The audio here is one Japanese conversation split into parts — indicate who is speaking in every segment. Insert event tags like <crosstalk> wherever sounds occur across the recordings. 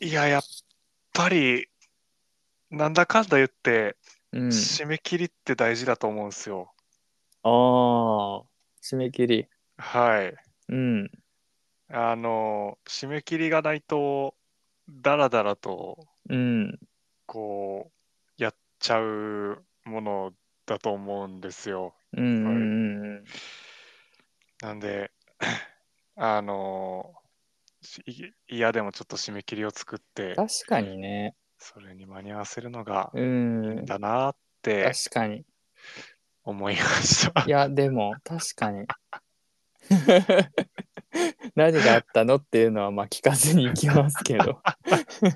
Speaker 1: いや、やっぱり、なんだかんだ言って、
Speaker 2: うん。
Speaker 1: 締め切りって大事だと思うんですよ。
Speaker 2: ああ、締め切り。
Speaker 1: はい。
Speaker 2: うん。
Speaker 1: あの、締め切りがないと、だらだらと、
Speaker 2: うん。
Speaker 1: こう、やっちゃうものだと思うんですよ。
Speaker 2: うんうんうん
Speaker 1: なんで、 <clears throat> あの、しい嫌でもちょっと締め切りを作って、
Speaker 2: 確かにね。
Speaker 1: それに間に合わせるのが
Speaker 2: う
Speaker 1: いいん
Speaker 2: ん。
Speaker 1: だなって
Speaker 2: 確かに。
Speaker 1: 思いました。
Speaker 2: いや、でも、確かに。何があったのっていうのは、まあ、聞かずにいきますけ
Speaker 1: <laughs>
Speaker 2: ど。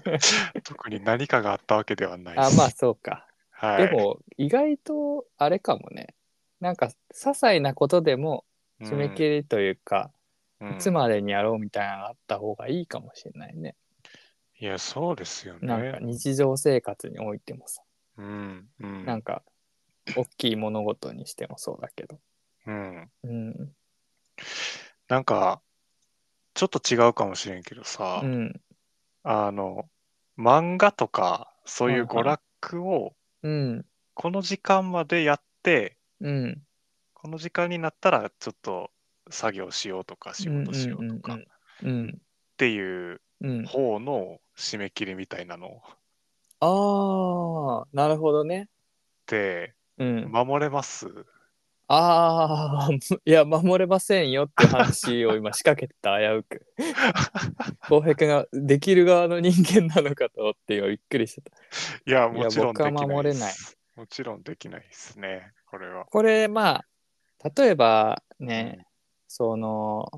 Speaker 1: <laughs> 特に何かがあったわけではない
Speaker 2: あ、まあ、そうか。
Speaker 1: はい、
Speaker 2: でも、意外と、あれかもね。なんか、些細なことでも、
Speaker 1: うん、
Speaker 2: 締め切りというか、
Speaker 1: うん
Speaker 2: いつまでにやろうみたいなのがあった方がいいかもしれないね。
Speaker 1: いや、そうですよ
Speaker 2: なん
Speaker 1: ね。
Speaker 2: か日常生活においてもさ、
Speaker 1: うん、うん、
Speaker 2: なんか大きい物事にしてもそうだけど。
Speaker 1: うん。
Speaker 2: うん。
Speaker 1: なんか、ちょっと違うかもしれんけどさ、
Speaker 2: うん。
Speaker 1: あの、漫画とか、そういう娯楽を、
Speaker 2: うん。
Speaker 1: この時間までやって、
Speaker 2: うん。
Speaker 1: この時間になったら、ちょっと作業しようとか、仕事しようとかっ
Speaker 2: うん。
Speaker 1: ていう
Speaker 2: うん。
Speaker 1: 方の締め切りみたいなのっ
Speaker 2: ああ、なるほどね。
Speaker 1: て、
Speaker 2: うん。
Speaker 1: 守れます
Speaker 2: ああ、 <laughs> いや、守れませんよって話を今仕掛けてた、危
Speaker 1: <laughs>
Speaker 2: うく。浩平君ができる側の人間なのかと思って今びっくりしてた。
Speaker 1: いや、もちろん
Speaker 2: 僕
Speaker 1: で
Speaker 2: は
Speaker 1: きない
Speaker 2: 守
Speaker 1: で
Speaker 2: れない
Speaker 1: す。もちろんできないですね、これは。
Speaker 2: これ、まあ、例えばね、その、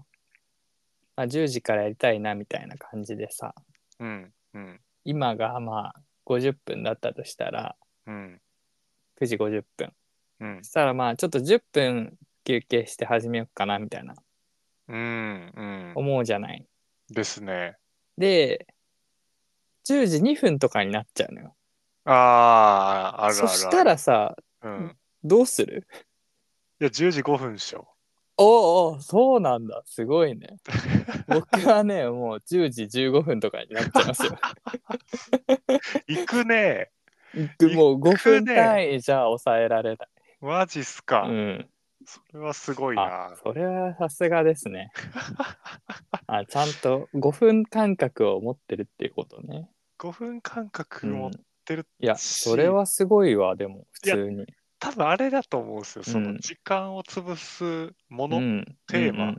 Speaker 2: まあ、10時からやりたいなみたいな感じでさ
Speaker 1: うん、うん、
Speaker 2: 今がまあ50分だったとしたら
Speaker 1: うん、
Speaker 2: 9時50分
Speaker 1: うん
Speaker 2: そし。たらまあちょっと10分休憩して始めようかなみたいな
Speaker 1: うん、うん。
Speaker 2: 思うじゃない
Speaker 1: ですね。
Speaker 2: で10時2分とかになっちゃうのよ
Speaker 1: ああ、あるあるある。
Speaker 2: そした、らさ
Speaker 1: うん。
Speaker 2: どうする
Speaker 1: いや、10時5分でしょ。
Speaker 2: おうおうそうなんだすごい
Speaker 1: <laughs>
Speaker 2: ね僕はねもう10時15分とかになっちゃいま
Speaker 1: <laughs>
Speaker 2: すよ
Speaker 1: 行くね。 <laughs>
Speaker 2: もう5
Speaker 1: 行く
Speaker 2: 分
Speaker 1: ね
Speaker 2: 単位じゃ抑えられない、
Speaker 1: マジっすか。
Speaker 2: うん
Speaker 1: それはすごい
Speaker 2: あ
Speaker 1: な。
Speaker 2: それはさすがで
Speaker 1: <laughs>
Speaker 2: すねあちゃんと5分間隔を持ってるっていうことね、
Speaker 1: 5分間隔
Speaker 2: うん
Speaker 1: 持ってる、
Speaker 2: いやそれはすごいわでも普通に
Speaker 1: 多分あれだと思うんですよ。そ
Speaker 2: うん
Speaker 1: の時間を潰すも
Speaker 2: う
Speaker 1: の
Speaker 2: ん
Speaker 1: テーマ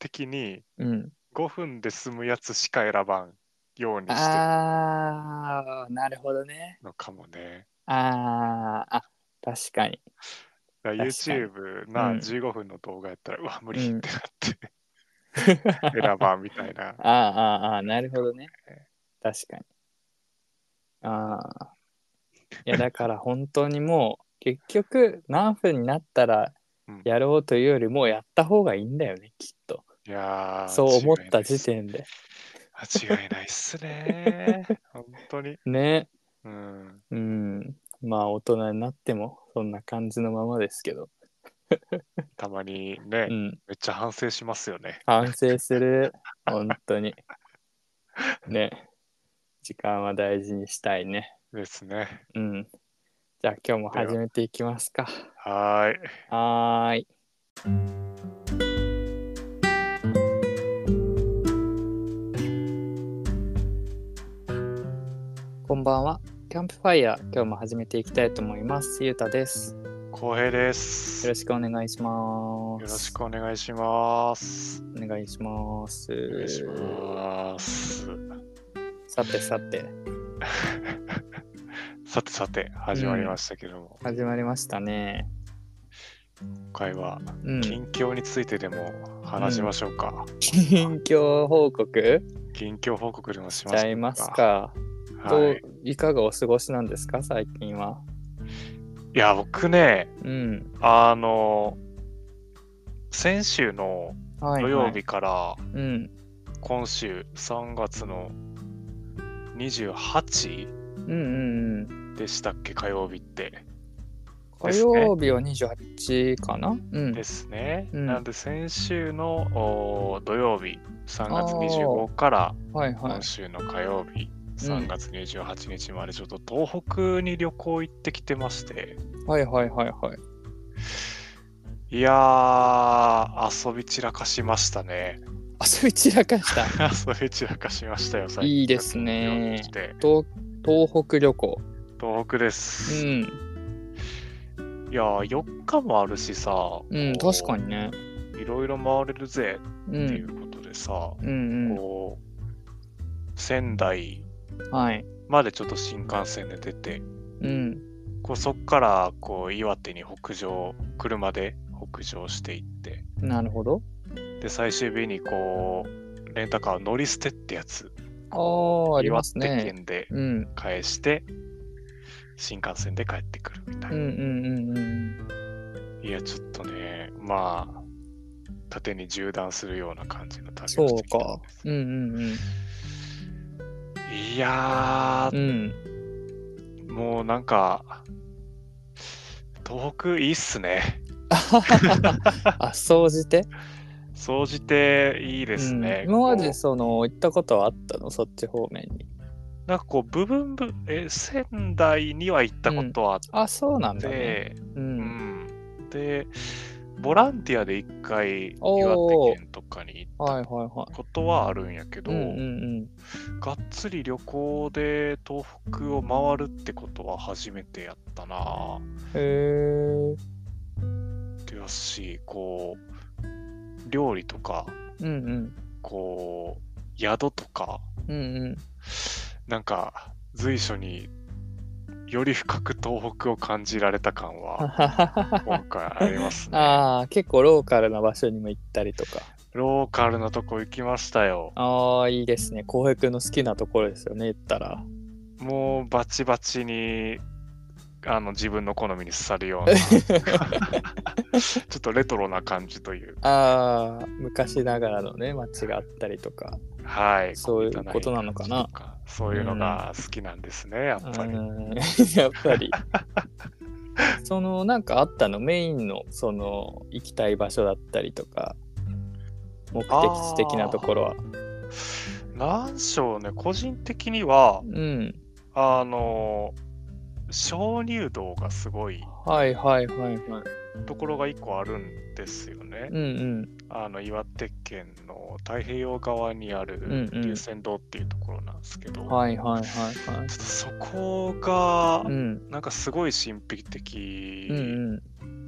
Speaker 1: 的に
Speaker 2: うん、うん
Speaker 1: 5分で済むやつしか選ばんようにしてる
Speaker 2: あーなるほどね
Speaker 1: のかもね。
Speaker 2: あーあ確かに
Speaker 1: だから YouTube な
Speaker 2: うん
Speaker 1: 15分の動画やったら、うわ、無理
Speaker 2: うん
Speaker 1: ってなって、選ばんみたいな。
Speaker 2: あーあーあーなるほどね確かにああいやだから <laughs> 本当にもう結局何分になったら
Speaker 1: うん
Speaker 2: やろうというよりもうやった方がいいんだよねきっと
Speaker 1: いやー
Speaker 2: <laughs> そう思った
Speaker 1: 間違いないっ
Speaker 2: 時
Speaker 1: す
Speaker 2: 点で。
Speaker 1: 間違いないっす <laughs> ね。本当に。
Speaker 2: ね。
Speaker 1: うん。
Speaker 2: うん。まあ大人になってもそんな感じのままですけど。
Speaker 1: たまにね、
Speaker 2: うん。
Speaker 1: めっちゃ反省しますよね。
Speaker 2: 反省する。 <laughs> 本当に。ね。時間は大事にしたいね。
Speaker 1: ですね。
Speaker 2: うん。じゃあ今日も始めていきますか。
Speaker 1: はーい。
Speaker 2: はーい。こんばんは。キャンプファイヤー、今日も始めていきたいと思います。ゆうたです。
Speaker 1: 浩平です。よ
Speaker 2: よろしくお願いします。
Speaker 1: ろしくお願いします。
Speaker 2: お願いします。
Speaker 1: お願いします。
Speaker 2: さてさて、
Speaker 1: さてさて、始まりましたけども、
Speaker 2: 始まりましたね。
Speaker 1: 今回は
Speaker 2: うん。
Speaker 1: 近況についてでも話しましょうか。
Speaker 2: 近況報告
Speaker 1: 近況報告でもし
Speaker 2: しち
Speaker 1: ま
Speaker 2: ゃ
Speaker 1: しょ
Speaker 2: いうま
Speaker 1: か。
Speaker 2: すか。ど
Speaker 1: は
Speaker 2: う
Speaker 1: い、
Speaker 2: いかがお過ごしなんですか、最近は。
Speaker 1: いや、僕ね、
Speaker 2: うん。
Speaker 1: あの、先週の
Speaker 2: はい、
Speaker 1: 土曜日。から
Speaker 2: うん。
Speaker 1: 今週3月の28
Speaker 2: うんうんうん。
Speaker 1: でしたっけ、火曜日って。
Speaker 2: 火
Speaker 1: ですね
Speaker 2: 曜日は28かなうん
Speaker 1: で。すね。
Speaker 2: うん
Speaker 1: なんで先週のおー土曜日3月25から
Speaker 2: はいはい
Speaker 1: 今。週の火曜日、3月28日までちょっと東北に旅行行ってきてまして、
Speaker 2: はいはいはいはい。
Speaker 1: いやー、遊び散らかしましたね。 <laughs>
Speaker 2: 遊び散らかした。
Speaker 1: 遊び散らかしましたよ、最近
Speaker 2: いいです
Speaker 1: 東
Speaker 2: ね
Speaker 1: 京に来て
Speaker 2: 東東北旅行。
Speaker 1: 東北で
Speaker 2: う
Speaker 1: す。
Speaker 2: ん。
Speaker 1: いやー、4日もあるしさ、
Speaker 2: うん、
Speaker 1: こう
Speaker 2: 確かにね。
Speaker 1: いろいろ回れるぜ
Speaker 2: う
Speaker 1: ってい
Speaker 2: ん。
Speaker 1: うことでさ、
Speaker 2: うん
Speaker 1: こう仙台
Speaker 2: うん。はい。
Speaker 1: までちょっと新幹線で出て
Speaker 2: うん。
Speaker 1: こうそっからこう岩手に北上車で北上していって
Speaker 2: なるほど。
Speaker 1: で最終日にこうレンタカーを乗り捨てってやつ
Speaker 2: ああ、あります
Speaker 1: 岩手
Speaker 2: ね。
Speaker 1: 県で
Speaker 2: うん。
Speaker 1: 返して新幹線で帰ってくるみたい
Speaker 2: うん
Speaker 1: な、
Speaker 2: うんうんうん。
Speaker 1: いやちょっとねまあ縦に縦断するような感じの旅
Speaker 2: そ
Speaker 1: を
Speaker 2: う
Speaker 1: してきた
Speaker 2: か
Speaker 1: んです。
Speaker 2: うんうんうん。
Speaker 1: いやー
Speaker 2: うん。
Speaker 1: もうなんか、東北いいっすね。
Speaker 2: あ、総じて。
Speaker 1: 総じていいですね。
Speaker 2: うん今まで
Speaker 1: こ
Speaker 2: その行ったことはあったのそっち方面に。
Speaker 1: うなんかこう、部分部、え、仙台には行ったことはあ
Speaker 2: あ、そうなん
Speaker 1: っ
Speaker 2: だね。
Speaker 1: て、
Speaker 2: う。
Speaker 1: うんん。で、ボランティアで一回、
Speaker 2: おー
Speaker 1: 岩手県とかに行
Speaker 2: はいはい
Speaker 1: っ
Speaker 2: は
Speaker 1: たことはあるんやけ
Speaker 2: い。
Speaker 1: ど、
Speaker 2: うんうん
Speaker 1: がっつり旅行で東北を回るってことは初めてやったな
Speaker 2: うん。へ
Speaker 1: ってやし、こう、料理とか、
Speaker 2: え。うんうん。
Speaker 1: こう宿とか
Speaker 2: うん <laughs> うん。
Speaker 1: なんか随所により深く東北を感じられた感は
Speaker 2: <laughs>
Speaker 1: 今回ありますね。
Speaker 2: ああ、結構ローカルな場所にも行ったりとか。
Speaker 1: ローカルなとこ行きましたよ。
Speaker 2: ああ、いいですね。浩平君の好きなところですよね、言ったら。
Speaker 1: もうバチバチにあの自分の好みに刺さるような
Speaker 2: <laughs>
Speaker 1: ちょっとレトロな感じという
Speaker 2: ああ、昔ながらのね、街があったりとか。
Speaker 1: はい
Speaker 2: そういうことなのか
Speaker 1: 小
Speaker 2: な
Speaker 1: 汚い感じとかそういうのが好きなんですね、やっ
Speaker 2: う
Speaker 1: ぱり。
Speaker 2: ーん <laughs> やっぱり。そのなんかあったのメインのその行きたい場所だったりとか目的地的なところは
Speaker 1: 何しょうね個人的には
Speaker 2: うん
Speaker 1: あの鍾乳洞がすごい
Speaker 2: はいはいはいはい
Speaker 1: ところが1個あるんですよね。
Speaker 2: うん
Speaker 1: あの岩手県の太平洋側にある
Speaker 2: うんうん
Speaker 1: 龍泉洞っていうところなんですけど、
Speaker 2: うんはいはいはいはい
Speaker 1: ちょっとそこが
Speaker 2: うん
Speaker 1: なんかすごい神秘
Speaker 2: うんう
Speaker 1: 的
Speaker 2: ん
Speaker 1: っ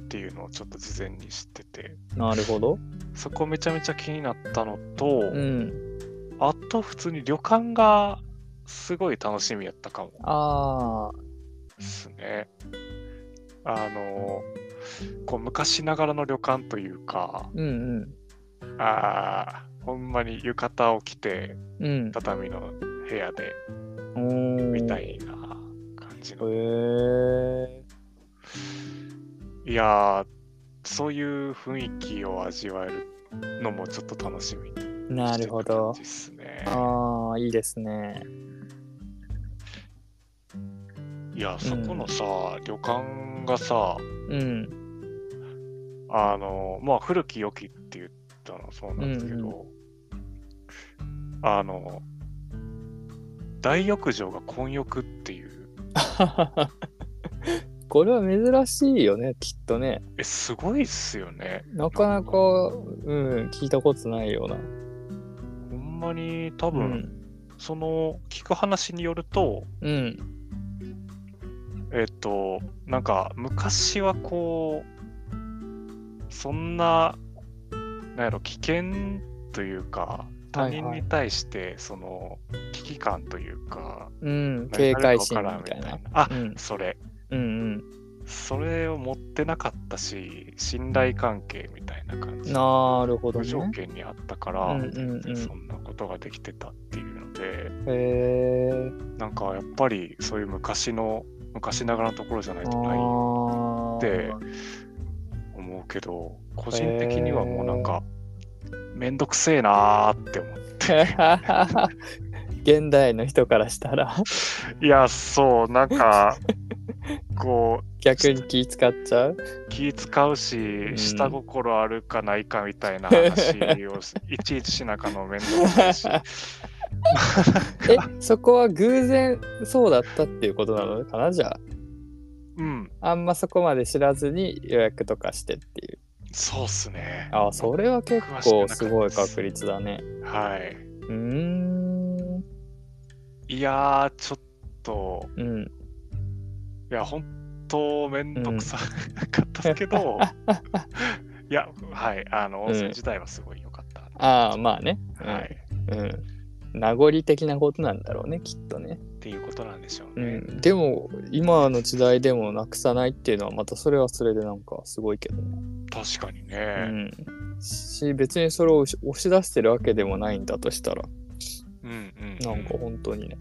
Speaker 1: ていうのをちょっと事前に知ってて、
Speaker 2: なるほど
Speaker 1: そこめちゃめちゃ気になったのと、
Speaker 2: うん
Speaker 1: あと普通に旅館がすごい楽しみやったかも。
Speaker 2: ああ
Speaker 1: ですね。あのこう昔ながらの旅館というか
Speaker 2: うんうん
Speaker 1: あーほんまに浴衣を着て
Speaker 2: うん
Speaker 1: 畳の部屋でみ
Speaker 2: み
Speaker 1: たいな感じ
Speaker 2: へ
Speaker 1: の
Speaker 2: え
Speaker 1: いやーそういう雰囲気を味わえるのもちょっと楽しみにして
Speaker 2: なるほ
Speaker 1: た感
Speaker 2: ど
Speaker 1: じ。っすね
Speaker 2: ああ、いいですね。
Speaker 1: いやそこのさ、旅館がさ
Speaker 2: うん。
Speaker 1: あのまあ古き良きって言ったのはそうなんですけど、
Speaker 2: うんう
Speaker 1: あの大浴場が混浴っていう
Speaker 2: これは珍しいよね、きっとね。
Speaker 1: えすごいっすよね
Speaker 2: なかなか、うん、聞いたことないような。
Speaker 1: ほんまに多
Speaker 2: う
Speaker 1: 分、
Speaker 2: ん。
Speaker 1: その聞く話によると
Speaker 2: うん。
Speaker 1: えっとなんか昔はこうそんななんやろ危険というか他人に対してその危機感というか、
Speaker 2: うん。
Speaker 1: 何
Speaker 2: 警
Speaker 1: がある
Speaker 2: 戒
Speaker 1: かわ
Speaker 2: 心
Speaker 1: からん
Speaker 2: みたいな。
Speaker 1: あ
Speaker 2: うん。
Speaker 1: それ
Speaker 2: うん
Speaker 1: それを持ってなかったし信頼関係みたいな感
Speaker 2: うん。
Speaker 1: じ
Speaker 2: なるほど
Speaker 1: 無
Speaker 2: ね。
Speaker 1: 条件にあったから、
Speaker 2: うんうんう
Speaker 1: 全然そ
Speaker 2: ん。
Speaker 1: んなことができてたっていうので
Speaker 2: へえ。
Speaker 1: なんかやっぱりそういう昔の昔ながらのところじゃない
Speaker 2: あ
Speaker 1: とない
Speaker 2: あ。 <laughs>
Speaker 1: って思うけど個人的にはもうなんかめんどくせえなーって思う
Speaker 2: 現代の人からしたら。 <laughs>
Speaker 1: いやそうなんか構
Speaker 2: 逆に気使っちゃう
Speaker 1: 気使うし、
Speaker 2: ん
Speaker 1: 下心あるかないかみたいな話をしいちいちしなかの面倒くさいし
Speaker 2: <laughs> えそこは偶然そうだったっていうことなのかなじゃあ
Speaker 1: うん
Speaker 2: あんまそこまで知らずに予約とかしてっていう
Speaker 1: そうっすね
Speaker 2: あそれは結構すごい確率だね
Speaker 1: はい
Speaker 2: うんうん
Speaker 1: いやーちょっと
Speaker 2: うん
Speaker 1: いや本当面倒くさかったですけ
Speaker 2: <laughs>
Speaker 1: ど、いやはいあの
Speaker 2: ん
Speaker 1: 温泉自体はすごい良かった、
Speaker 2: ああまあね、うん
Speaker 1: はい
Speaker 2: うん名残的なことなんだろうねきっとね、
Speaker 1: っていうことなんでしょう
Speaker 2: う
Speaker 1: ね、
Speaker 2: ん、でも今の時代でもなくさないっていうのはまたそれはそれでなんかすごいけどね
Speaker 1: 確かに
Speaker 2: う
Speaker 1: ね
Speaker 2: ん、し別にそれを押し押し出してるわけでもないんだとしたら
Speaker 1: うんうん、
Speaker 2: なんか本当にね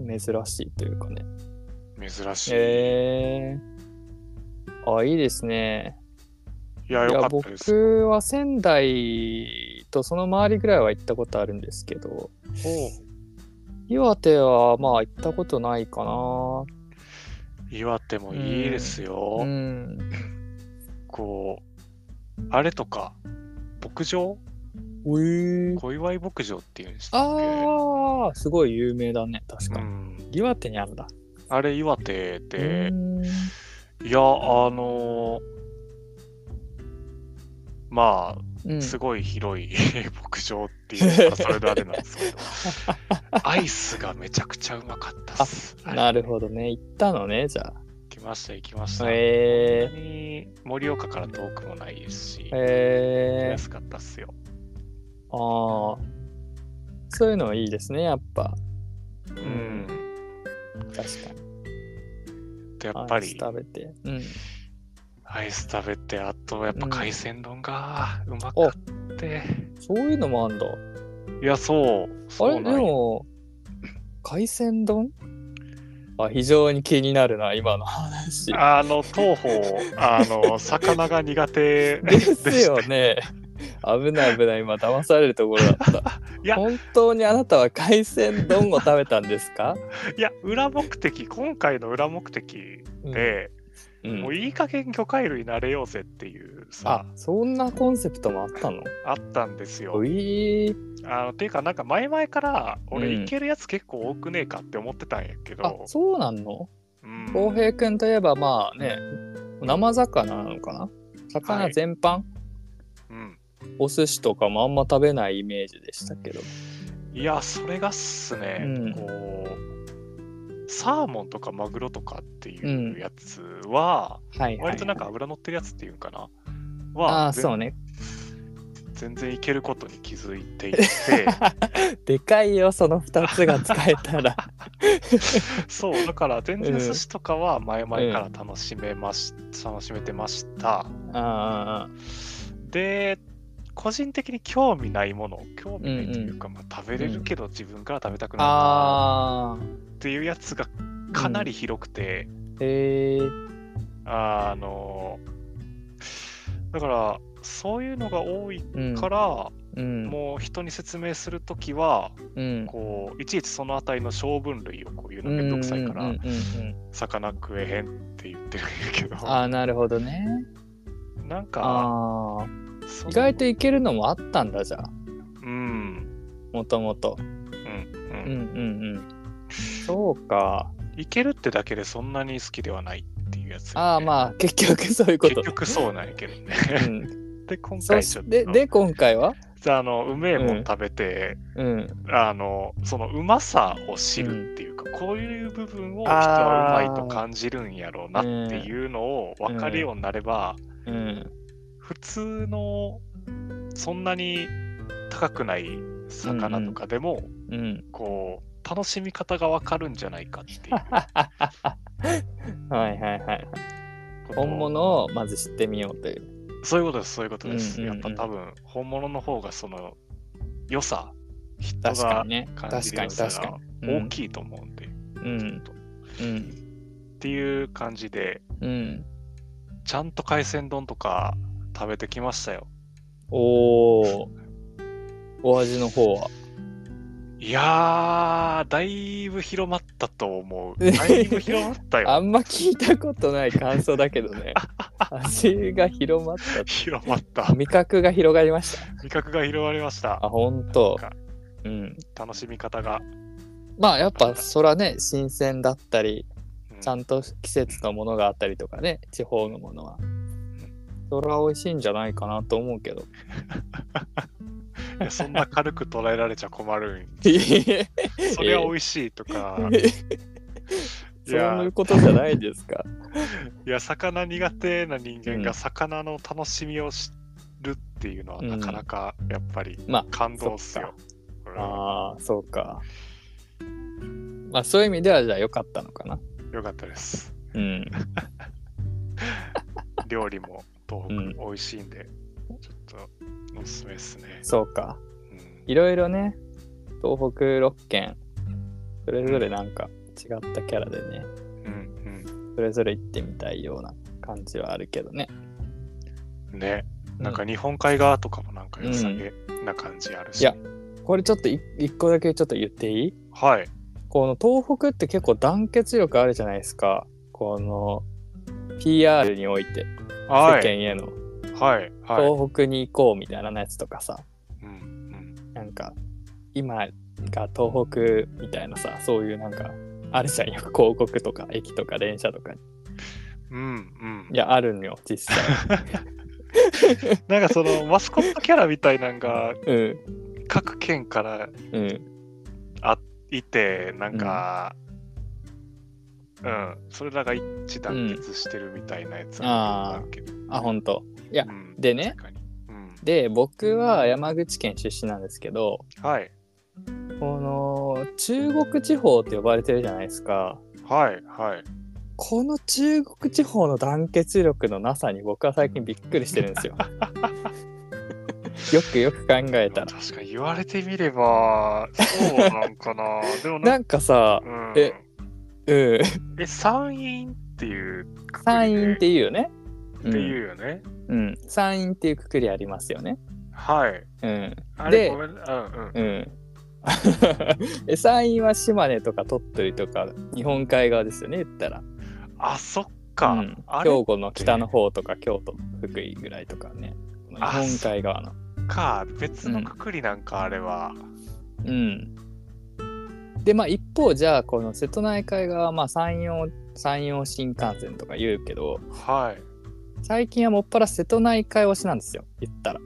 Speaker 2: 珍しいというかね
Speaker 1: 珍しい、
Speaker 2: へえあいいですね
Speaker 1: いや
Speaker 2: い
Speaker 1: 良か
Speaker 2: や
Speaker 1: ったです
Speaker 2: 僕は仙台とその周りぐらいは行ったことあるんですけど
Speaker 1: おう
Speaker 2: 岩手はまあ行ったことないかな
Speaker 1: 岩手もいいですよ、
Speaker 2: うん
Speaker 1: こうあれとか牧場
Speaker 2: おえ
Speaker 1: 小祝牧場っていうんですけ
Speaker 2: あーすごい有名だね確か
Speaker 1: う
Speaker 2: に、
Speaker 1: ん、
Speaker 2: 岩手にあるんだ
Speaker 1: あれ岩手で、
Speaker 2: うん
Speaker 1: いやあのーま
Speaker 2: う
Speaker 1: あ
Speaker 2: ん
Speaker 1: すごい広い <laughs> 牧場っていうのがそれであれなんですけ
Speaker 2: <laughs>
Speaker 1: どアイスがめちゃくちゃうまかったっすはい
Speaker 2: なるほどね行ったのねじゃ
Speaker 1: 行きました行きまし
Speaker 2: あ
Speaker 1: た、
Speaker 2: へ
Speaker 1: 本当に盛岡から遠くもないですし、
Speaker 2: えへえ
Speaker 1: 安かったっすよ
Speaker 2: ああそういうのはいいですねやっぱ
Speaker 1: うんん、
Speaker 2: 確かに
Speaker 1: でやっ
Speaker 2: ア
Speaker 1: ぱ
Speaker 2: イス
Speaker 1: り
Speaker 2: 食べてうん
Speaker 1: アイス食べてあとやっぱ
Speaker 2: うん
Speaker 1: 海鮮丼がうまかって、
Speaker 2: そういうのもあんだ
Speaker 1: いやそう
Speaker 2: あ
Speaker 1: そう
Speaker 2: れで
Speaker 1: なんよ
Speaker 2: も海鮮丼あ非常に気になるな今の話
Speaker 1: あの当方あの魚が苦手
Speaker 2: ですよね危ない危ない今騙されるところだった
Speaker 1: <laughs> いや
Speaker 2: 本当にあなたは海鮮丼を食べたんですか、
Speaker 1: いや裏目的今回の裏目的
Speaker 2: うん
Speaker 1: で、
Speaker 2: うん
Speaker 1: もういい加減魚介類になれようぜっていう
Speaker 2: あ
Speaker 1: さ
Speaker 2: そんなコンセプトもあったの
Speaker 1: あったんですよ
Speaker 2: ういー
Speaker 1: あのていうかなんか前々から俺
Speaker 2: うん
Speaker 1: いけるやつ結構多くねえかって思ってたんやけ
Speaker 2: あ
Speaker 1: ど、
Speaker 2: そうなんの
Speaker 1: うん
Speaker 2: 浩平くんといえばまあね生魚なのかな魚全般、
Speaker 1: うん
Speaker 2: お寿司とかもあんま食べないイメージでしたけど
Speaker 1: いやそれがっすね、
Speaker 2: うん
Speaker 1: こうサーモンとかマグロとかっていうんうやつは、
Speaker 2: はいはい、
Speaker 1: 割となんか脂乗ってるやつっていうんかな、
Speaker 2: あ
Speaker 1: は
Speaker 2: あ
Speaker 1: 全
Speaker 2: そうね <laughs>
Speaker 1: 全然いけることに気づいてい
Speaker 2: <laughs>
Speaker 1: て
Speaker 2: でかいよその2つが使え
Speaker 1: <laughs>
Speaker 2: たら
Speaker 1: そうだから全
Speaker 2: う
Speaker 1: 然
Speaker 2: ん
Speaker 1: 寿司とかは前々から楽しめまし、楽しめてました
Speaker 2: あ
Speaker 1: で個人的に興味ないもの興味ないというか、まあ、食べれるけど自分から食べたく
Speaker 2: あ
Speaker 1: ないな
Speaker 2: ああ
Speaker 1: っていうやつがかなり広くて、
Speaker 2: へえ
Speaker 1: あのだからそういうのが多い
Speaker 2: うん
Speaker 1: から、
Speaker 2: うん
Speaker 1: もう人に説明するときは
Speaker 2: うん
Speaker 1: こういちいちその辺りの小分類をこう言うのめんどくさいから、
Speaker 2: うんうんうんうん
Speaker 1: 魚食えへんって言ってるんやけど
Speaker 2: ああなるほどね
Speaker 1: なんか
Speaker 2: ああ
Speaker 1: そ
Speaker 2: 意外といけるのもあったんだじゃあ
Speaker 1: うん
Speaker 2: もともと
Speaker 1: うんう
Speaker 2: うん
Speaker 1: ん、
Speaker 2: うんうんそうか
Speaker 1: いけるってだけでそんなに好きではないっていうやつ、
Speaker 2: ああ
Speaker 1: あ
Speaker 2: まあ結局そういうこと
Speaker 1: 結局そうなんやけどね
Speaker 2: うん
Speaker 1: で今
Speaker 2: そ
Speaker 1: 回
Speaker 2: し
Speaker 1: ちょっと
Speaker 2: でで今回は
Speaker 1: あのうめえもん食べて、
Speaker 2: うん
Speaker 1: あのそのうまさを知るっていうか、こういう部分を人はうまいと感じるんやろうなっていうのを分かるようになれば、
Speaker 2: うん
Speaker 1: 普通のそんなに高くない魚とかでも、
Speaker 2: うん
Speaker 1: こう楽しみ方が分かるんじゃないかっていう
Speaker 2: はいはいはい
Speaker 1: ことを
Speaker 2: <laughs> 本物をまず知ってみようという
Speaker 1: そういうことですそういうことです、
Speaker 2: うんうんうん
Speaker 1: やっぱ多分本物の方がその良さ人
Speaker 2: 確か
Speaker 1: が
Speaker 2: にね
Speaker 1: 感
Speaker 2: 確
Speaker 1: じる
Speaker 2: か
Speaker 1: 良
Speaker 2: に
Speaker 1: さ
Speaker 2: 確
Speaker 1: が
Speaker 2: かに
Speaker 1: 大きいと思うんで、
Speaker 2: う
Speaker 1: ちょっ
Speaker 2: ん
Speaker 1: とっ
Speaker 2: うん
Speaker 1: ていう感じで
Speaker 2: うん、うん、
Speaker 1: ちゃんと海鮮丼とか食べてきましたよ。
Speaker 2: おおお味の方はい
Speaker 1: いやー、だいぶ広まったと思う。だいぶ広まった
Speaker 2: あ
Speaker 1: よ。
Speaker 2: んま聞いたことない感想だけ
Speaker 1: <laughs>
Speaker 2: どね味が広まっ
Speaker 1: 広まったた。
Speaker 2: 味覚が広がりました
Speaker 1: 味覚が広がりました
Speaker 2: あ。本当
Speaker 1: なんか
Speaker 2: うん
Speaker 1: 楽しみ方が。
Speaker 2: まあやっぱそらね新鮮だったり
Speaker 1: う
Speaker 2: ちゃんと季節のものがあったりとかね地方のものはそら美味しいんじゃないかなと思うけど
Speaker 1: いやそんな軽く捉えられちゃ困
Speaker 2: <laughs>
Speaker 1: るんそれは美味しいとか、い
Speaker 2: そ
Speaker 1: や
Speaker 2: ういうことじゃないですか
Speaker 1: いや魚苦手な人間
Speaker 2: う
Speaker 1: が
Speaker 2: ん
Speaker 1: 魚の楽しみを知るっていうのは
Speaker 2: うん
Speaker 1: なかなかやっぱり
Speaker 2: まあ
Speaker 1: 感動っすよ。
Speaker 2: ああそうかまあそういう意味ではじゃあ良かったのかな
Speaker 1: うんよかったです。
Speaker 2: うん
Speaker 1: 料理も東北
Speaker 2: うん
Speaker 1: 美味しいんで、ちょっとおすすめですね。
Speaker 2: そうか
Speaker 1: うん
Speaker 2: いろいろね東北6県それぞれなんか違ったキャラでね
Speaker 1: うん
Speaker 2: それぞれ行ってみたいような感じはあるけどね
Speaker 1: うんね、
Speaker 2: う
Speaker 1: なんか日本海側とかもなんか良さげな感じあるし。
Speaker 2: いやこれちょっとい一個だけちょっと言っていい
Speaker 1: はい。
Speaker 2: この東北って結構団結力あるじゃないですかこの PR において世
Speaker 1: は
Speaker 2: 間
Speaker 1: い。
Speaker 2: への
Speaker 1: はい。はい。
Speaker 2: 東北に行こうみたいなやつとかさ、
Speaker 1: うん
Speaker 2: なんか今が東北みたいなさそういうなんかあるじゃんよく広告とか駅とか電車とかに
Speaker 1: うんうんうん
Speaker 2: い。やあるのよ実
Speaker 1: <laughs>
Speaker 2: 際
Speaker 1: なんかそ
Speaker 2: <laughs>
Speaker 1: のマスコットキャラみたいなんが
Speaker 2: うん
Speaker 1: 各県から
Speaker 2: うん
Speaker 1: いてなんか、うんそれらが一致団結してるみたいなやつはるけど、
Speaker 2: あ本当
Speaker 1: う
Speaker 2: ー
Speaker 1: ん
Speaker 2: でね、
Speaker 1: 確かにうん、
Speaker 2: で僕は山口県出身なんですけど
Speaker 1: はい
Speaker 2: この中国地方って呼ばれてるじゃないですか
Speaker 1: はいはい
Speaker 2: この中国地方の団結力のなさに僕は最近びっくりしてるんですよ <laughs> よくよく考えたら
Speaker 1: 確かに言われてみればそうなんか
Speaker 2: <laughs>
Speaker 1: なでもなか
Speaker 2: なんんかさ
Speaker 1: うん、
Speaker 2: え
Speaker 1: <laughs>
Speaker 2: うん
Speaker 1: え参院っていうくくりで
Speaker 2: 山陰っていうよね。
Speaker 1: っていうよね、
Speaker 2: うん。うん山陰っていうくくりありますよね。
Speaker 1: はい
Speaker 2: うん。
Speaker 1: あれ
Speaker 2: で
Speaker 1: ごめんうんうん
Speaker 2: うん。 <laughs> え山陰は島根とか鳥取とか日本海側ですよね言ったら、
Speaker 1: あそっか、
Speaker 2: うん
Speaker 1: あれ
Speaker 2: 兵庫の北の方とか京都福井ぐらいとかね日
Speaker 1: あ
Speaker 2: 本海側の
Speaker 1: か別のくくりなんかあれは、
Speaker 2: うんでまあ一方じゃあこの瀬戸内海側はまあ山陽山陽新幹線とか言うけど
Speaker 1: はい
Speaker 2: 最近はもっぱら瀬戸内海推しなんですよ言ったら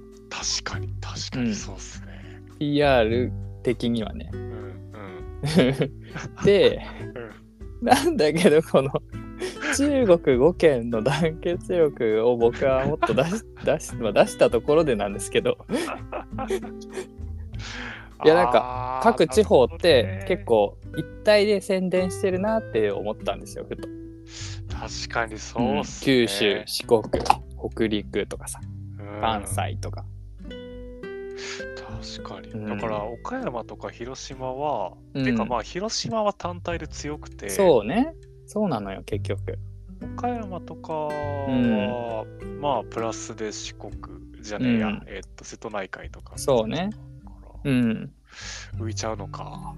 Speaker 1: 確かに確か
Speaker 2: う
Speaker 1: に
Speaker 2: ん
Speaker 1: そうっすね
Speaker 2: PR 的には <laughs> ね
Speaker 1: うんうん
Speaker 2: で
Speaker 1: うん
Speaker 2: なんだけどこの中国5県の団結力を僕はもっと出 <laughs> し出し,、まあ、出したところでなんですけどいやなん
Speaker 1: か
Speaker 2: 各地方って結構一体で宣伝してるなって思ったんですよふと、
Speaker 1: 確かにそうっすね、
Speaker 2: 九州四国北陸とかさ
Speaker 1: うん
Speaker 2: 関西とか、
Speaker 1: 確かに、
Speaker 2: うん
Speaker 1: だから岡山とか広島は、
Speaker 2: うん
Speaker 1: てかまあ広島は単体で強くて
Speaker 2: そうねそうなのよ結局
Speaker 1: 岡山とかは、まあプラスで四国じゃねえや、
Speaker 2: うん
Speaker 1: えっと瀬戸内海とか
Speaker 2: そうね
Speaker 1: から
Speaker 2: うん
Speaker 1: 浮いちゃうのか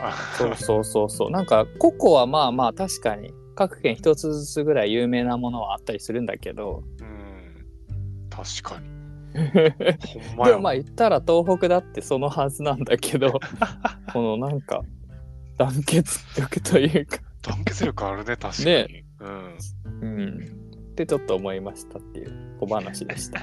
Speaker 1: あ
Speaker 2: そうそうそうそうなんか個々はまあまあ確かに各県一つずつぐらい有名なものはあったりするんだけど
Speaker 1: うん確かに
Speaker 2: で
Speaker 1: ほんまや
Speaker 2: もまあ言ったら東北だってそのはずなんだ
Speaker 1: <laughs>
Speaker 2: けどこのなんか団結力というか、
Speaker 1: 団結力あるね、確かに。
Speaker 2: ね
Speaker 1: うん。
Speaker 2: うん、ってちょっと思いましたっていう小話
Speaker 1: <laughs>
Speaker 2: でした。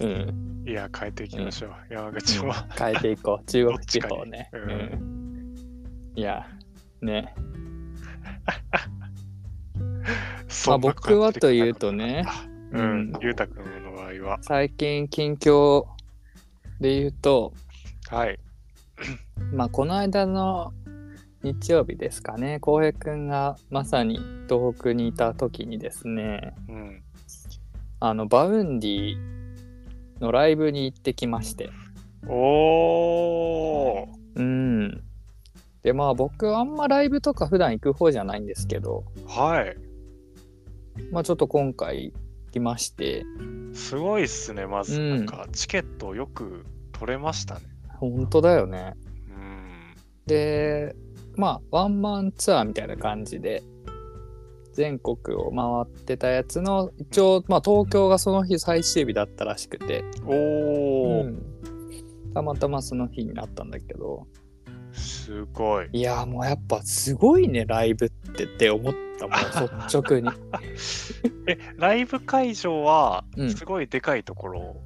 Speaker 2: うん、
Speaker 1: いや、変えていきましょう。山口 <laughs> も。
Speaker 2: 変えていこう中国地
Speaker 1: どっ
Speaker 2: 方
Speaker 1: ちかに
Speaker 2: ね。
Speaker 1: う
Speaker 2: うんん、いやね
Speaker 1: そんな
Speaker 2: 僕はというと
Speaker 1: 感じで考え
Speaker 2: ね
Speaker 1: なかった。うん
Speaker 2: うん、
Speaker 1: ゆうたくんの場合は。
Speaker 2: 最近近況で言うと、
Speaker 1: はい。
Speaker 2: まあ、この間の日曜日ですかね浩平君がまさに東北にいた時にですね
Speaker 1: うん。
Speaker 2: あのバウンディのライブに行ってきまして
Speaker 1: おー。
Speaker 2: うんでまあ僕あんまライブとか普段行く方じゃないんですけど
Speaker 1: はい。
Speaker 2: まあちょっと今回行きまして
Speaker 1: すごいっすね、まず。
Speaker 2: うん
Speaker 1: なんか、チケットをよく取れましたね。
Speaker 2: 本当だよね。
Speaker 1: うん。
Speaker 2: でまあワンマンツアーみたいな感じで全国を回ってたやつの一応、まあ、東京がその日最終日だったらしくて、
Speaker 1: お
Speaker 2: う
Speaker 1: ー、
Speaker 2: んたまたまその日になったんだけど
Speaker 1: すごい。
Speaker 2: いやーもうやっぱすごいねライブってって思ったもう率直に
Speaker 1: え、ライブ会場は
Speaker 2: うん
Speaker 1: すごいでかいところ。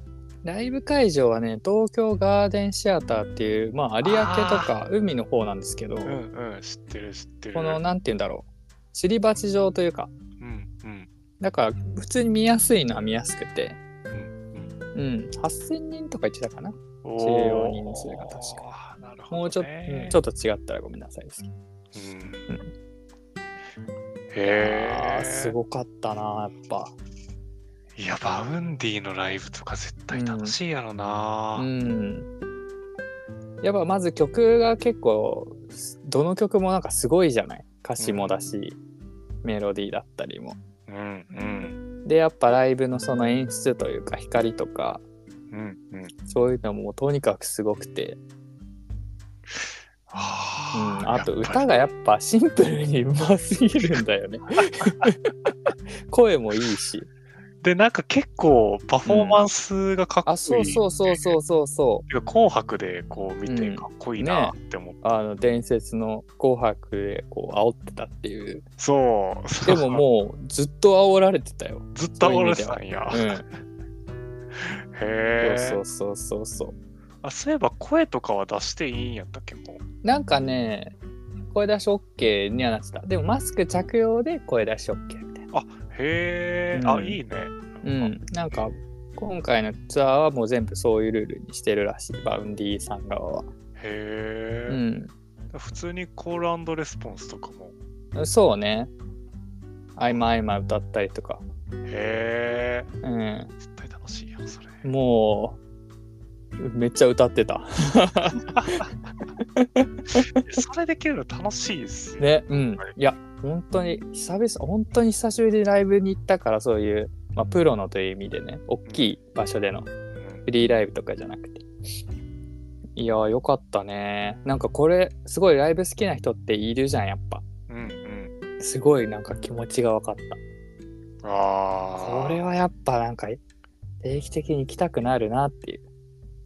Speaker 2: ライブ会場はね東京ガーデンシアターっていう、まあ、有明とか海の方なんですけど、
Speaker 1: うん、うん、知ってる知ってる。
Speaker 2: この何て言うんだろうすり鉢状というか
Speaker 1: うんうん
Speaker 2: だから普通に見やすいのは見やすくて、
Speaker 1: うんうん。
Speaker 2: うん、8000人とか言ってたかな
Speaker 1: お
Speaker 2: 収容人数が確
Speaker 1: か。なるほど、ね。
Speaker 2: もうちょ,、うん、ちょっと違ったらごめんなさいですけど、
Speaker 1: うんへ
Speaker 2: あ
Speaker 1: え。
Speaker 2: ーすごかったなやっぱ
Speaker 1: いや、バウンディのライブとか絶対楽しいやろな、
Speaker 2: うんやっぱまず曲が結構どの曲もなんかすごいじゃない歌詞もだし、メロディーだったりも
Speaker 1: うん。うん
Speaker 2: でやっぱライブのその演出というか光とか
Speaker 1: うんうん。
Speaker 2: そういうのもとにかくすごくて、
Speaker 1: あ
Speaker 2: う
Speaker 1: ー
Speaker 2: ん、あと
Speaker 1: やっぱり
Speaker 2: 歌がやっぱシンプルにうますぎるんだ
Speaker 1: <laughs>
Speaker 2: よね声もいいし
Speaker 1: で、なんか結構パフォーマンスがかっこいい。
Speaker 2: あそうそうそうそうそうそう
Speaker 1: てか紅白でこう見て
Speaker 2: うん
Speaker 1: かっこいいなって思って、
Speaker 2: あの伝説の「紅白」でこう煽ってたって <laughs> いう
Speaker 1: そう
Speaker 2: でももうずっと煽られて <laughs> たよ、
Speaker 1: <laughs> ずっと俺さんや、
Speaker 2: う
Speaker 1: へ
Speaker 2: ん、
Speaker 1: え
Speaker 2: そうそうそうそうそう
Speaker 1: あそういえば声とかは出していいんやったっけもう
Speaker 2: なんかね声出し OK にはなってたでもマスク着用で声出し OK みたいな
Speaker 1: へえ、
Speaker 2: うん
Speaker 1: あいいね
Speaker 2: うんなんか今回のツアーはもう全部そういうルールにしてるらしいバウンディさん側は
Speaker 1: へ
Speaker 2: う
Speaker 1: え、
Speaker 2: ん
Speaker 1: 普通にコールレスポンスとかも
Speaker 2: そうね合間合間歌ったりとか
Speaker 1: へえ
Speaker 2: うん
Speaker 1: 絶対楽しいよ
Speaker 2: <laughs>
Speaker 1: それ
Speaker 2: もうめっちゃ歌ってた
Speaker 1: それできるの楽しいですよ、
Speaker 2: ねうんいや本当に久々本当に久しぶりにライブに行ったからそういう、まあ、プロのという意味でね大きい場所で
Speaker 1: う
Speaker 2: の
Speaker 1: ん
Speaker 2: フリーライブとかじゃなくていやーよかったねなんかこれすごいライブ好きな人っているじゃんやっぱ
Speaker 1: うんうん
Speaker 2: すごいなんか気持ちが分かった
Speaker 1: あ
Speaker 2: こ
Speaker 1: あ
Speaker 2: れはやっぱなんか定期的に行きたくなるなっていう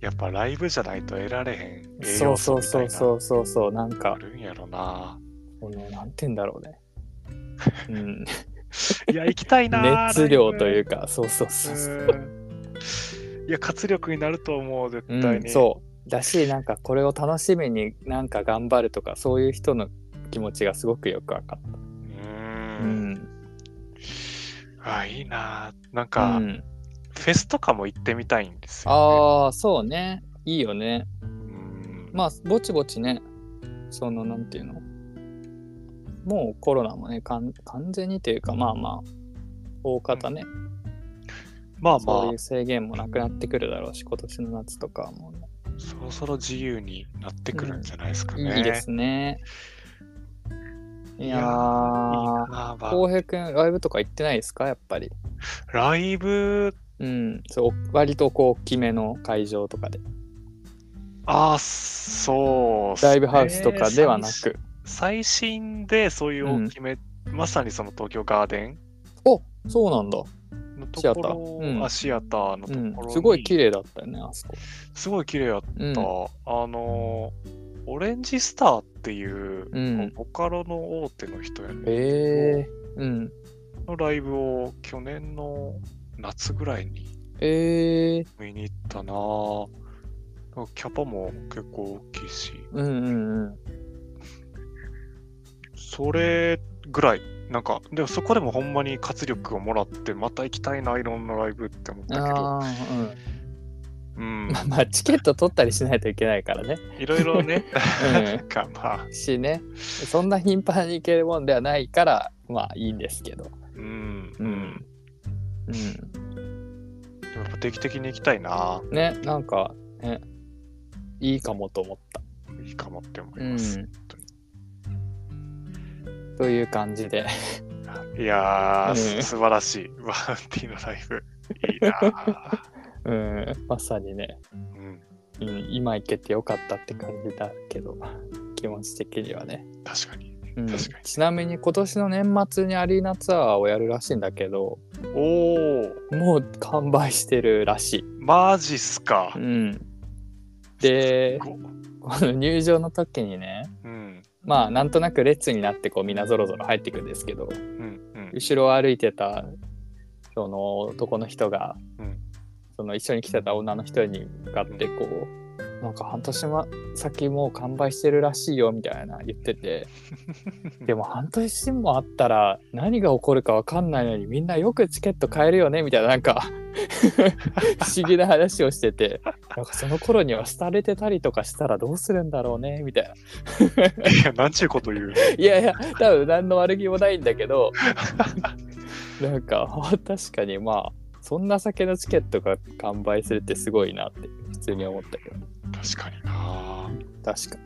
Speaker 1: やっぱライブじゃないと得られへん栄
Speaker 2: そ
Speaker 1: 養
Speaker 2: うそ
Speaker 1: 素
Speaker 2: う
Speaker 1: みた
Speaker 2: そ
Speaker 1: いうな
Speaker 2: そ
Speaker 1: の
Speaker 2: うそうそうなんか
Speaker 1: あるんやろな
Speaker 2: このなんて言うんだろうね、うん、
Speaker 1: いや行きたい <laughs> な
Speaker 2: 熱量といううかそうそうそうそう
Speaker 1: うんいや活力になると思う絶
Speaker 2: うん
Speaker 1: 対に、
Speaker 2: そうだしなんかこれを楽しみになんか頑張るとかそういう人の気持ちがすごくよく分かっ
Speaker 1: う
Speaker 2: た、
Speaker 1: ー
Speaker 2: うんん
Speaker 1: あいいななん
Speaker 2: う
Speaker 1: か、
Speaker 2: ん
Speaker 1: フェスとかも行ってみたいんですよ、ね、
Speaker 2: ああそうねいいよね
Speaker 1: うん
Speaker 2: まあぼちぼちねそのなんていうのもうコロナもねかん完全にというかまあまあ大方ね、
Speaker 1: まあま
Speaker 2: そうい
Speaker 1: あ
Speaker 2: う制限もなくなってくるだろうし今年の夏とかはもうね、
Speaker 1: そろそろ自由になってくるんじゃないですかね、
Speaker 2: いいですね。いや
Speaker 1: いや
Speaker 2: ー、
Speaker 1: あー
Speaker 2: 浩平くん、ライブとか行ってないですか、やっぱり。
Speaker 1: ライブ
Speaker 2: うん、そう割とこう大きめの会場とかで、
Speaker 1: あーそうっすね
Speaker 2: ライブハウスとかではな
Speaker 1: 最
Speaker 2: く。
Speaker 1: 最新でそういう大きめ、まさにその東京ガーデン
Speaker 2: おそうなんだ。
Speaker 1: のと
Speaker 2: シアタ
Speaker 1: ころ
Speaker 2: ーうん
Speaker 1: あシアターのと
Speaker 2: う
Speaker 1: ころに、
Speaker 2: ん、すごい綺麗だったよね、あそこ。
Speaker 1: すごい綺麗やった、
Speaker 2: うん。
Speaker 1: あのオレンジスターっていう、
Speaker 2: うん
Speaker 1: ボカロの大手の人やね
Speaker 2: えー、うん。
Speaker 1: のライブを去年の夏ぐらいに
Speaker 2: えー、
Speaker 1: 見に行ったなぁなんかキャパも結構大きいし
Speaker 2: うんうんうん。
Speaker 1: それぐらいなんかでもそこでもほんまに活力をもらってまた行きたいないろんなライブって思ったけど、
Speaker 2: あーうん。
Speaker 1: うん
Speaker 2: ま、あまあ、チケット取ったりしないといけないからね。
Speaker 1: いろいろ <laughs> ね、
Speaker 2: うん
Speaker 1: なんかまあ、
Speaker 2: しね、そんな頻繁に行けるもんではないから、まあいいんですけど。
Speaker 1: うん、
Speaker 2: う
Speaker 1: うんん、
Speaker 2: うん、
Speaker 1: でもやっぱ定期的に行きたいな
Speaker 2: ねなんかねいいかもと思った。
Speaker 1: ぁいいかもって思いうます。
Speaker 2: ん、という感じで
Speaker 1: いやー、
Speaker 2: うん
Speaker 1: 素晴らしい。バウンティのライブ。いいなぁ
Speaker 2: うんまさにね
Speaker 1: うん。
Speaker 2: うん、今行けてよかったって感じだけど <laughs> 気持ち的にはね、
Speaker 1: 確かに。
Speaker 2: うん
Speaker 1: 確かに
Speaker 2: ちなみに今年の年末にアリーナツアーをやるらしいんだけど
Speaker 1: おお、
Speaker 2: もう完売してるらしい、
Speaker 1: マジっすか
Speaker 2: う。ん、です
Speaker 1: ご
Speaker 2: この入場の時にね
Speaker 1: うん。
Speaker 2: まあなんとなく列になってこうみんなぞろぞろ入っていくんですけど
Speaker 1: うん。うん。
Speaker 2: 後ろを歩いてたその男の人が、
Speaker 1: うん
Speaker 2: その一緒に来てた女の人に向かってこう、なんか半年先もう完売してるらしいよみたいな言っ
Speaker 1: <laughs>
Speaker 2: ててでも半年もあったら何が起こるか分かんないのにみんなよくチケット買えるよねみたいななんか不思議な話をしててなんかその頃には廃れてたりとかしたらどうするんだろうねみたいない
Speaker 1: や、なんちゅうこと言う。
Speaker 2: いやいや多分何の悪気もないんだ
Speaker 1: <laughs>
Speaker 2: けどなんかあ確かにまあそんな酒のチケットが完売するってすごいなって普通に思ったけど
Speaker 1: 確かにな。
Speaker 2: 確か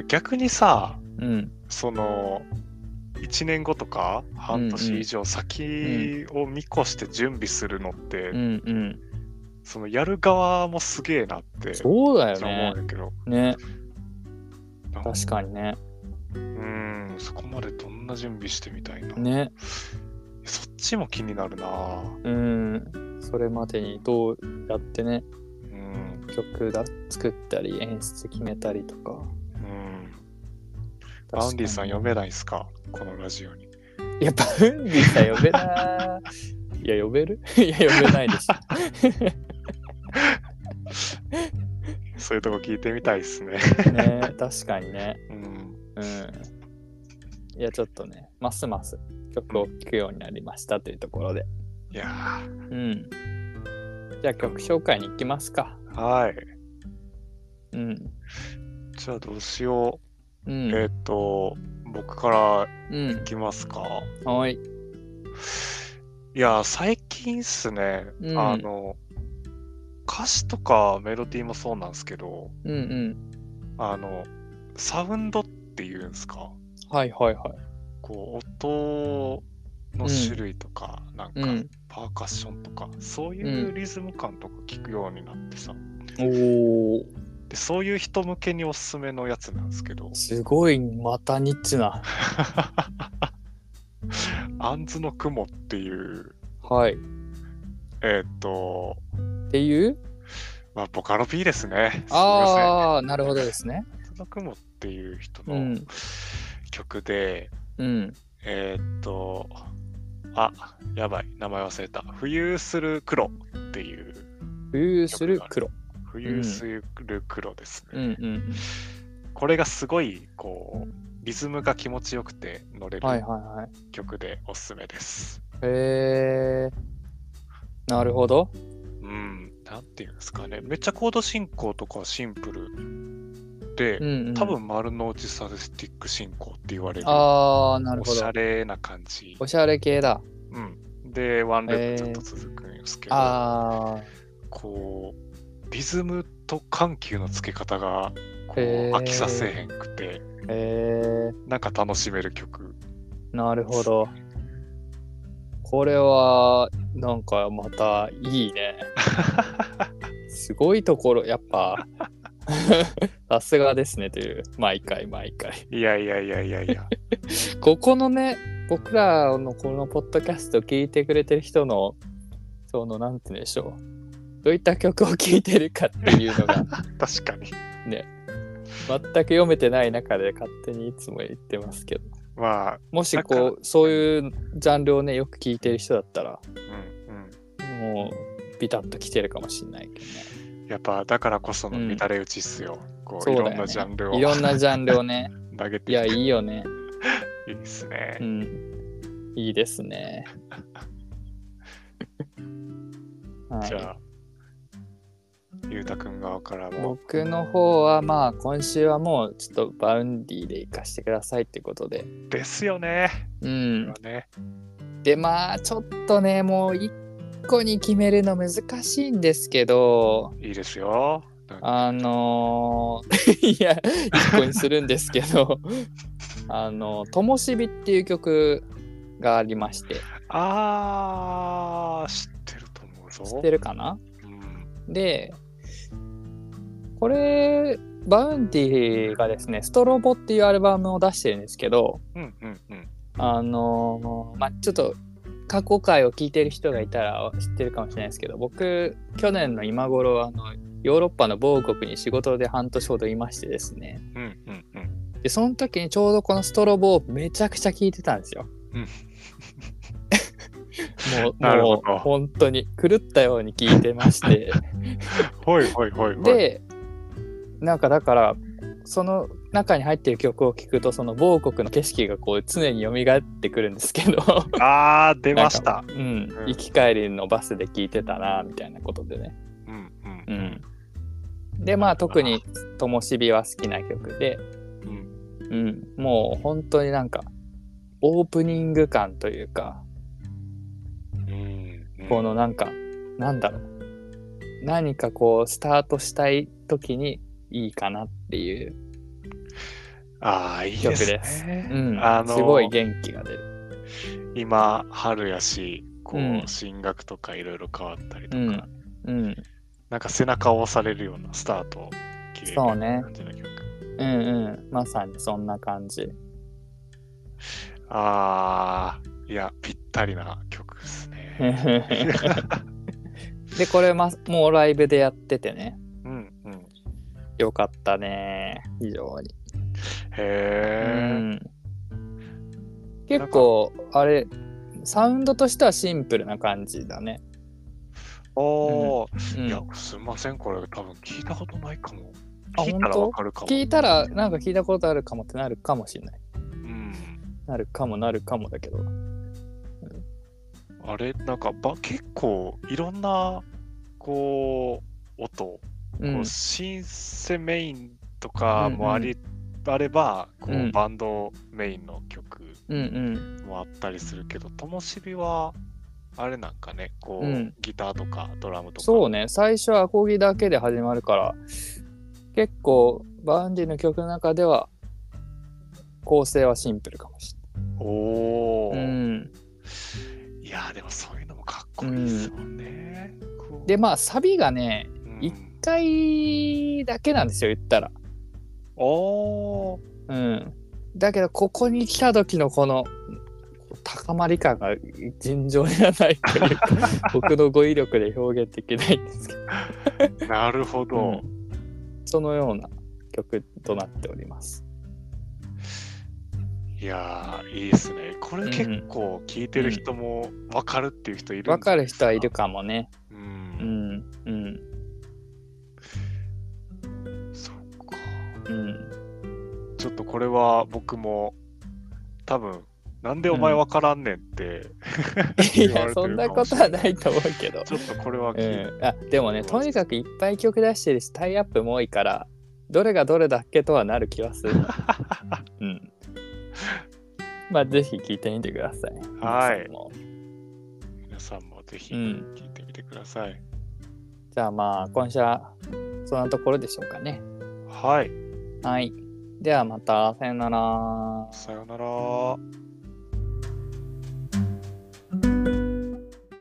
Speaker 1: で、逆にさ、
Speaker 2: うん
Speaker 1: その、1年後とか半年以上先を見越して準備するのって、
Speaker 2: うんうん
Speaker 1: そのやる側もすげえなって
Speaker 2: そうだよ
Speaker 1: 思
Speaker 2: ね
Speaker 1: うんだけど、
Speaker 2: ね
Speaker 1: なん
Speaker 2: 確かにね
Speaker 1: うん、そこまでどんな準備してみたいな。
Speaker 2: ね
Speaker 1: そっちも気になるな。
Speaker 2: うんそれまでにどうやってね
Speaker 1: うん、
Speaker 2: 曲だ作ったり演出決めたりとか
Speaker 1: うん。バウンディさん
Speaker 2: よ
Speaker 1: 読めないんすかこのラジオに。
Speaker 2: いやバウンディさん呼べないや呼べる <laughs> いや呼べないでしょ
Speaker 1: そういうとこ聞いてみたいっすね。 <laughs>
Speaker 2: ね確かにね
Speaker 1: うん。
Speaker 2: うん。いや、ちょっとね、ますます曲を聴くようになりましたというところで。
Speaker 1: いやー
Speaker 2: うん。じゃあ曲紹介に行きますか。
Speaker 1: はい。
Speaker 2: うん。
Speaker 1: じゃあどうしよ
Speaker 2: う
Speaker 1: う。
Speaker 2: ん。
Speaker 1: えっ、と、僕から
Speaker 2: うん
Speaker 1: い。きますか。
Speaker 2: はい。
Speaker 1: いやー、最近っすね、
Speaker 2: うん
Speaker 1: あの、歌詞とかメロディーもそうなんですけど、
Speaker 2: うんうん。
Speaker 1: あの、サウンドっていうんですか
Speaker 2: はいはいはい。
Speaker 1: こう、音の種類とか、なんか、
Speaker 2: うん。
Speaker 1: パーカッションとか、そういうリズム感とか聞くようになってさ、
Speaker 2: おお。
Speaker 1: でそういう人向けにおすすめのやつなんですけど <laughs>
Speaker 2: すごい、またニッチな。
Speaker 1: アンズの雲っていう
Speaker 2: はい。っ
Speaker 1: えっ、と
Speaker 2: ていう
Speaker 1: まあボカロ P ですねすみま
Speaker 2: ああ、なるほどですね。
Speaker 1: せんアンズの雲っていう人
Speaker 2: う
Speaker 1: の
Speaker 2: ん
Speaker 1: 曲で、
Speaker 2: うん。
Speaker 1: えっ、とあやばい名前忘れた「浮遊する黒」っていう
Speaker 2: 冬する黒。
Speaker 1: 浮遊する黒です
Speaker 2: う
Speaker 1: ね、
Speaker 2: んうん。
Speaker 1: これがすごいこうリズムが気持ちよくて乗れ
Speaker 2: はい
Speaker 1: る
Speaker 2: はいはい。
Speaker 1: 曲でおすすめです、
Speaker 2: へえ。なるほど。
Speaker 1: うん、なんていうんですかね、めっちゃコード進行とかはシンプルで、
Speaker 2: うん、うん。
Speaker 1: 多分丸の内サディスティック進行って言われる、
Speaker 2: ああ、なる
Speaker 1: お
Speaker 2: ほ
Speaker 1: し
Speaker 2: ど
Speaker 1: ゃ。れな感じ。
Speaker 2: おしゃれ系だ。
Speaker 1: うん、で、ワンループ
Speaker 2: へ
Speaker 1: ず
Speaker 2: ー
Speaker 1: っと続くんですけど、
Speaker 2: ああ、
Speaker 1: こう、リズムと緩急のつけ方がこう
Speaker 2: へー
Speaker 1: 飽きさせへんくて、
Speaker 2: え
Speaker 1: なんか楽しめる曲。
Speaker 2: ー、なるほど。これは、なんかまたいいね。すごいところ、やっ
Speaker 1: <laughs>
Speaker 2: ぱ、さすがですねという、毎回毎回。
Speaker 1: <laughs> いやいやいやいやいや、
Speaker 2: ここのね、僕らのこのポッドキャスト聞いてくれてる人の、その、なんて言うんでしょう。どういった曲を聴いてるかっていう
Speaker 1: <laughs>
Speaker 2: のが
Speaker 1: 確かに。
Speaker 2: 全く読めてない中で勝手にいつも言ってますけど
Speaker 1: まあ、
Speaker 2: もし
Speaker 1: だから
Speaker 2: こうそういうジャンルをねよく聞いてる人だったら
Speaker 1: うん
Speaker 2: もうビタッと来てるかもしれないけど
Speaker 1: うん。やっぱ、だからこその乱れ打ちっすよ。こう、
Speaker 2: そう
Speaker 1: い
Speaker 2: だ
Speaker 1: ろ
Speaker 2: よね
Speaker 1: んなジャンル
Speaker 2: ね
Speaker 1: を
Speaker 2: いろんなジャンル
Speaker 1: <laughs>
Speaker 2: をね
Speaker 1: 投げ
Speaker 2: い
Speaker 1: て
Speaker 2: やいいよね
Speaker 1: いいですね。
Speaker 2: うんいいで
Speaker 1: <laughs>
Speaker 2: すねはい
Speaker 1: じゃあ、ゆうたくん側からも。
Speaker 2: 僕の方はまあ今週はもうちょっとバウンディで行かしてくださいってことで
Speaker 1: ですよね。
Speaker 2: う
Speaker 1: これ
Speaker 2: ん
Speaker 1: はね
Speaker 2: でまあちょっとねもう一個に決めるの難しいんですけど
Speaker 1: いいですよ。
Speaker 2: あのー <laughs> いや、一個にするんですけど、あの、ともしびっていう曲がありまして、
Speaker 1: あー、知ってると思うぞ。
Speaker 2: 知ってるかな
Speaker 1: うん、
Speaker 2: で、これバウンティがですね「ストロボ」っていうアルバムを出してるんですけど
Speaker 1: うんうんうん。
Speaker 2: あのーまあちょっと過去回を聞いてる人がいたら知ってるかもしれないですけど僕去年の今頃あのヨーロッパの某国に仕事で半年ほどいましてですね
Speaker 1: うんうんうん。
Speaker 2: でその時にちょうどこの「ストロボ」をめちゃくちゃ聞いてたんですよ。
Speaker 1: うん
Speaker 2: もう
Speaker 1: <laughs> なるほ
Speaker 2: も
Speaker 1: ど
Speaker 2: う本当に狂ったように聞いてま
Speaker 1: <laughs>
Speaker 2: して。
Speaker 1: ほいほいほいほい。、
Speaker 2: でなんかだからその中に入ってる曲を聴くとその某国の景色がこう常に蘇ってくるんですけど、
Speaker 1: あー、出ま
Speaker 2: <laughs>
Speaker 1: した。
Speaker 2: うん
Speaker 1: うん、
Speaker 2: 行き帰りのバスで聴いてたなみたいなことでね、
Speaker 1: うんうん
Speaker 2: う
Speaker 1: うんん、
Speaker 2: でまあ特に「ともしび」は好きな曲で、
Speaker 1: うん。
Speaker 2: うん、もう本当になんかオープニング感というか
Speaker 1: うん。
Speaker 2: このなんか、なんだろう何かこうスタートしたい時にいいかなっていう
Speaker 1: ああ、いいですね。
Speaker 2: うん
Speaker 1: あの
Speaker 2: すごい元気が出る。
Speaker 1: 今、春やし、こう、
Speaker 2: うん
Speaker 1: 進学とかいろいろ変わったりと
Speaker 2: う
Speaker 1: か、
Speaker 2: んうん
Speaker 1: なんか背中を押されるようなスタートを切れる
Speaker 2: そうね
Speaker 1: 感じの曲。
Speaker 2: うんうんまさにそんな感
Speaker 1: <laughs>
Speaker 2: じ。
Speaker 1: ああ、いや、ぴったりな曲ですね。
Speaker 2: でこれ、ま、もうライブでやっててね
Speaker 1: <laughs> うんうん。
Speaker 2: よかったね非常に。う
Speaker 1: へ
Speaker 2: ん、結構あれサウンドとしてはシンプルな感じだね。
Speaker 1: え。おー
Speaker 2: う
Speaker 1: いや
Speaker 2: ん、、
Speaker 1: すみません、これ多分聞いたことないかも。
Speaker 2: あ
Speaker 1: 聞いたら
Speaker 2: 本当
Speaker 1: わかるかも。
Speaker 2: 聞いたらなんか聞いたことあるかもってなるかもしれない。
Speaker 1: うん。
Speaker 2: なるかもなるかもだけど。
Speaker 1: あれ、なんかば結構いろんな、こう、音、
Speaker 2: う
Speaker 1: こ
Speaker 2: ん
Speaker 1: うシンセメインとかもあり、
Speaker 2: う
Speaker 1: あればこう、
Speaker 2: うん
Speaker 1: バンドメインの曲
Speaker 2: うん
Speaker 1: もあったりするけどともしびはあれなんかねこう、
Speaker 2: うん
Speaker 1: ギターとかドラムとか
Speaker 2: そうね最初はアコギだけで始まるから結構バウンディの曲の中では構成はシンプルかもし
Speaker 1: おお、
Speaker 2: れない、うん、
Speaker 1: いやーでもそういうのもかっこいいですもんね、こう
Speaker 2: でまあサビがね
Speaker 1: うん
Speaker 2: 一1回だけなんですよ言ったら、
Speaker 1: おー
Speaker 2: うん、だけどここに来た時のこの高まり感が尋常じゃないというか僕の語彙力で表現できないんですけど、
Speaker 1: なるほど、
Speaker 2: うんそのような曲となっております
Speaker 1: いやーいいですねこれ結構聞いてる人も分かるっていう人いる
Speaker 2: わ
Speaker 1: んじゃ
Speaker 2: か
Speaker 1: な
Speaker 2: る
Speaker 1: いです
Speaker 2: 人はいるかもね
Speaker 1: う、
Speaker 2: うんんうん
Speaker 1: そっか
Speaker 2: うん、
Speaker 1: ちょっとこれは僕も多分なんでお前わからんねんって、
Speaker 2: い
Speaker 1: 言わ
Speaker 2: や
Speaker 1: れて
Speaker 2: そん
Speaker 1: るか
Speaker 2: な
Speaker 1: も
Speaker 2: こ
Speaker 1: し
Speaker 2: と
Speaker 1: れ
Speaker 2: は
Speaker 1: な
Speaker 2: ないいと思うけど、
Speaker 1: ちょっとこれは
Speaker 2: う
Speaker 1: 聞いて、
Speaker 2: ん、あでもねとにかくいっぱい曲出してるしタイアップも多いからどれがどれだっけとはなる気はする、うん、まあぜひ聴いてみてください
Speaker 1: はい
Speaker 2: 皆さんも
Speaker 1: 皆さんもぜひ
Speaker 2: うん
Speaker 1: 聞いてみてください、
Speaker 2: じゃあまあ今週はそんなところでしょうかね
Speaker 1: はい
Speaker 2: はいではまたさよなら
Speaker 1: さようなら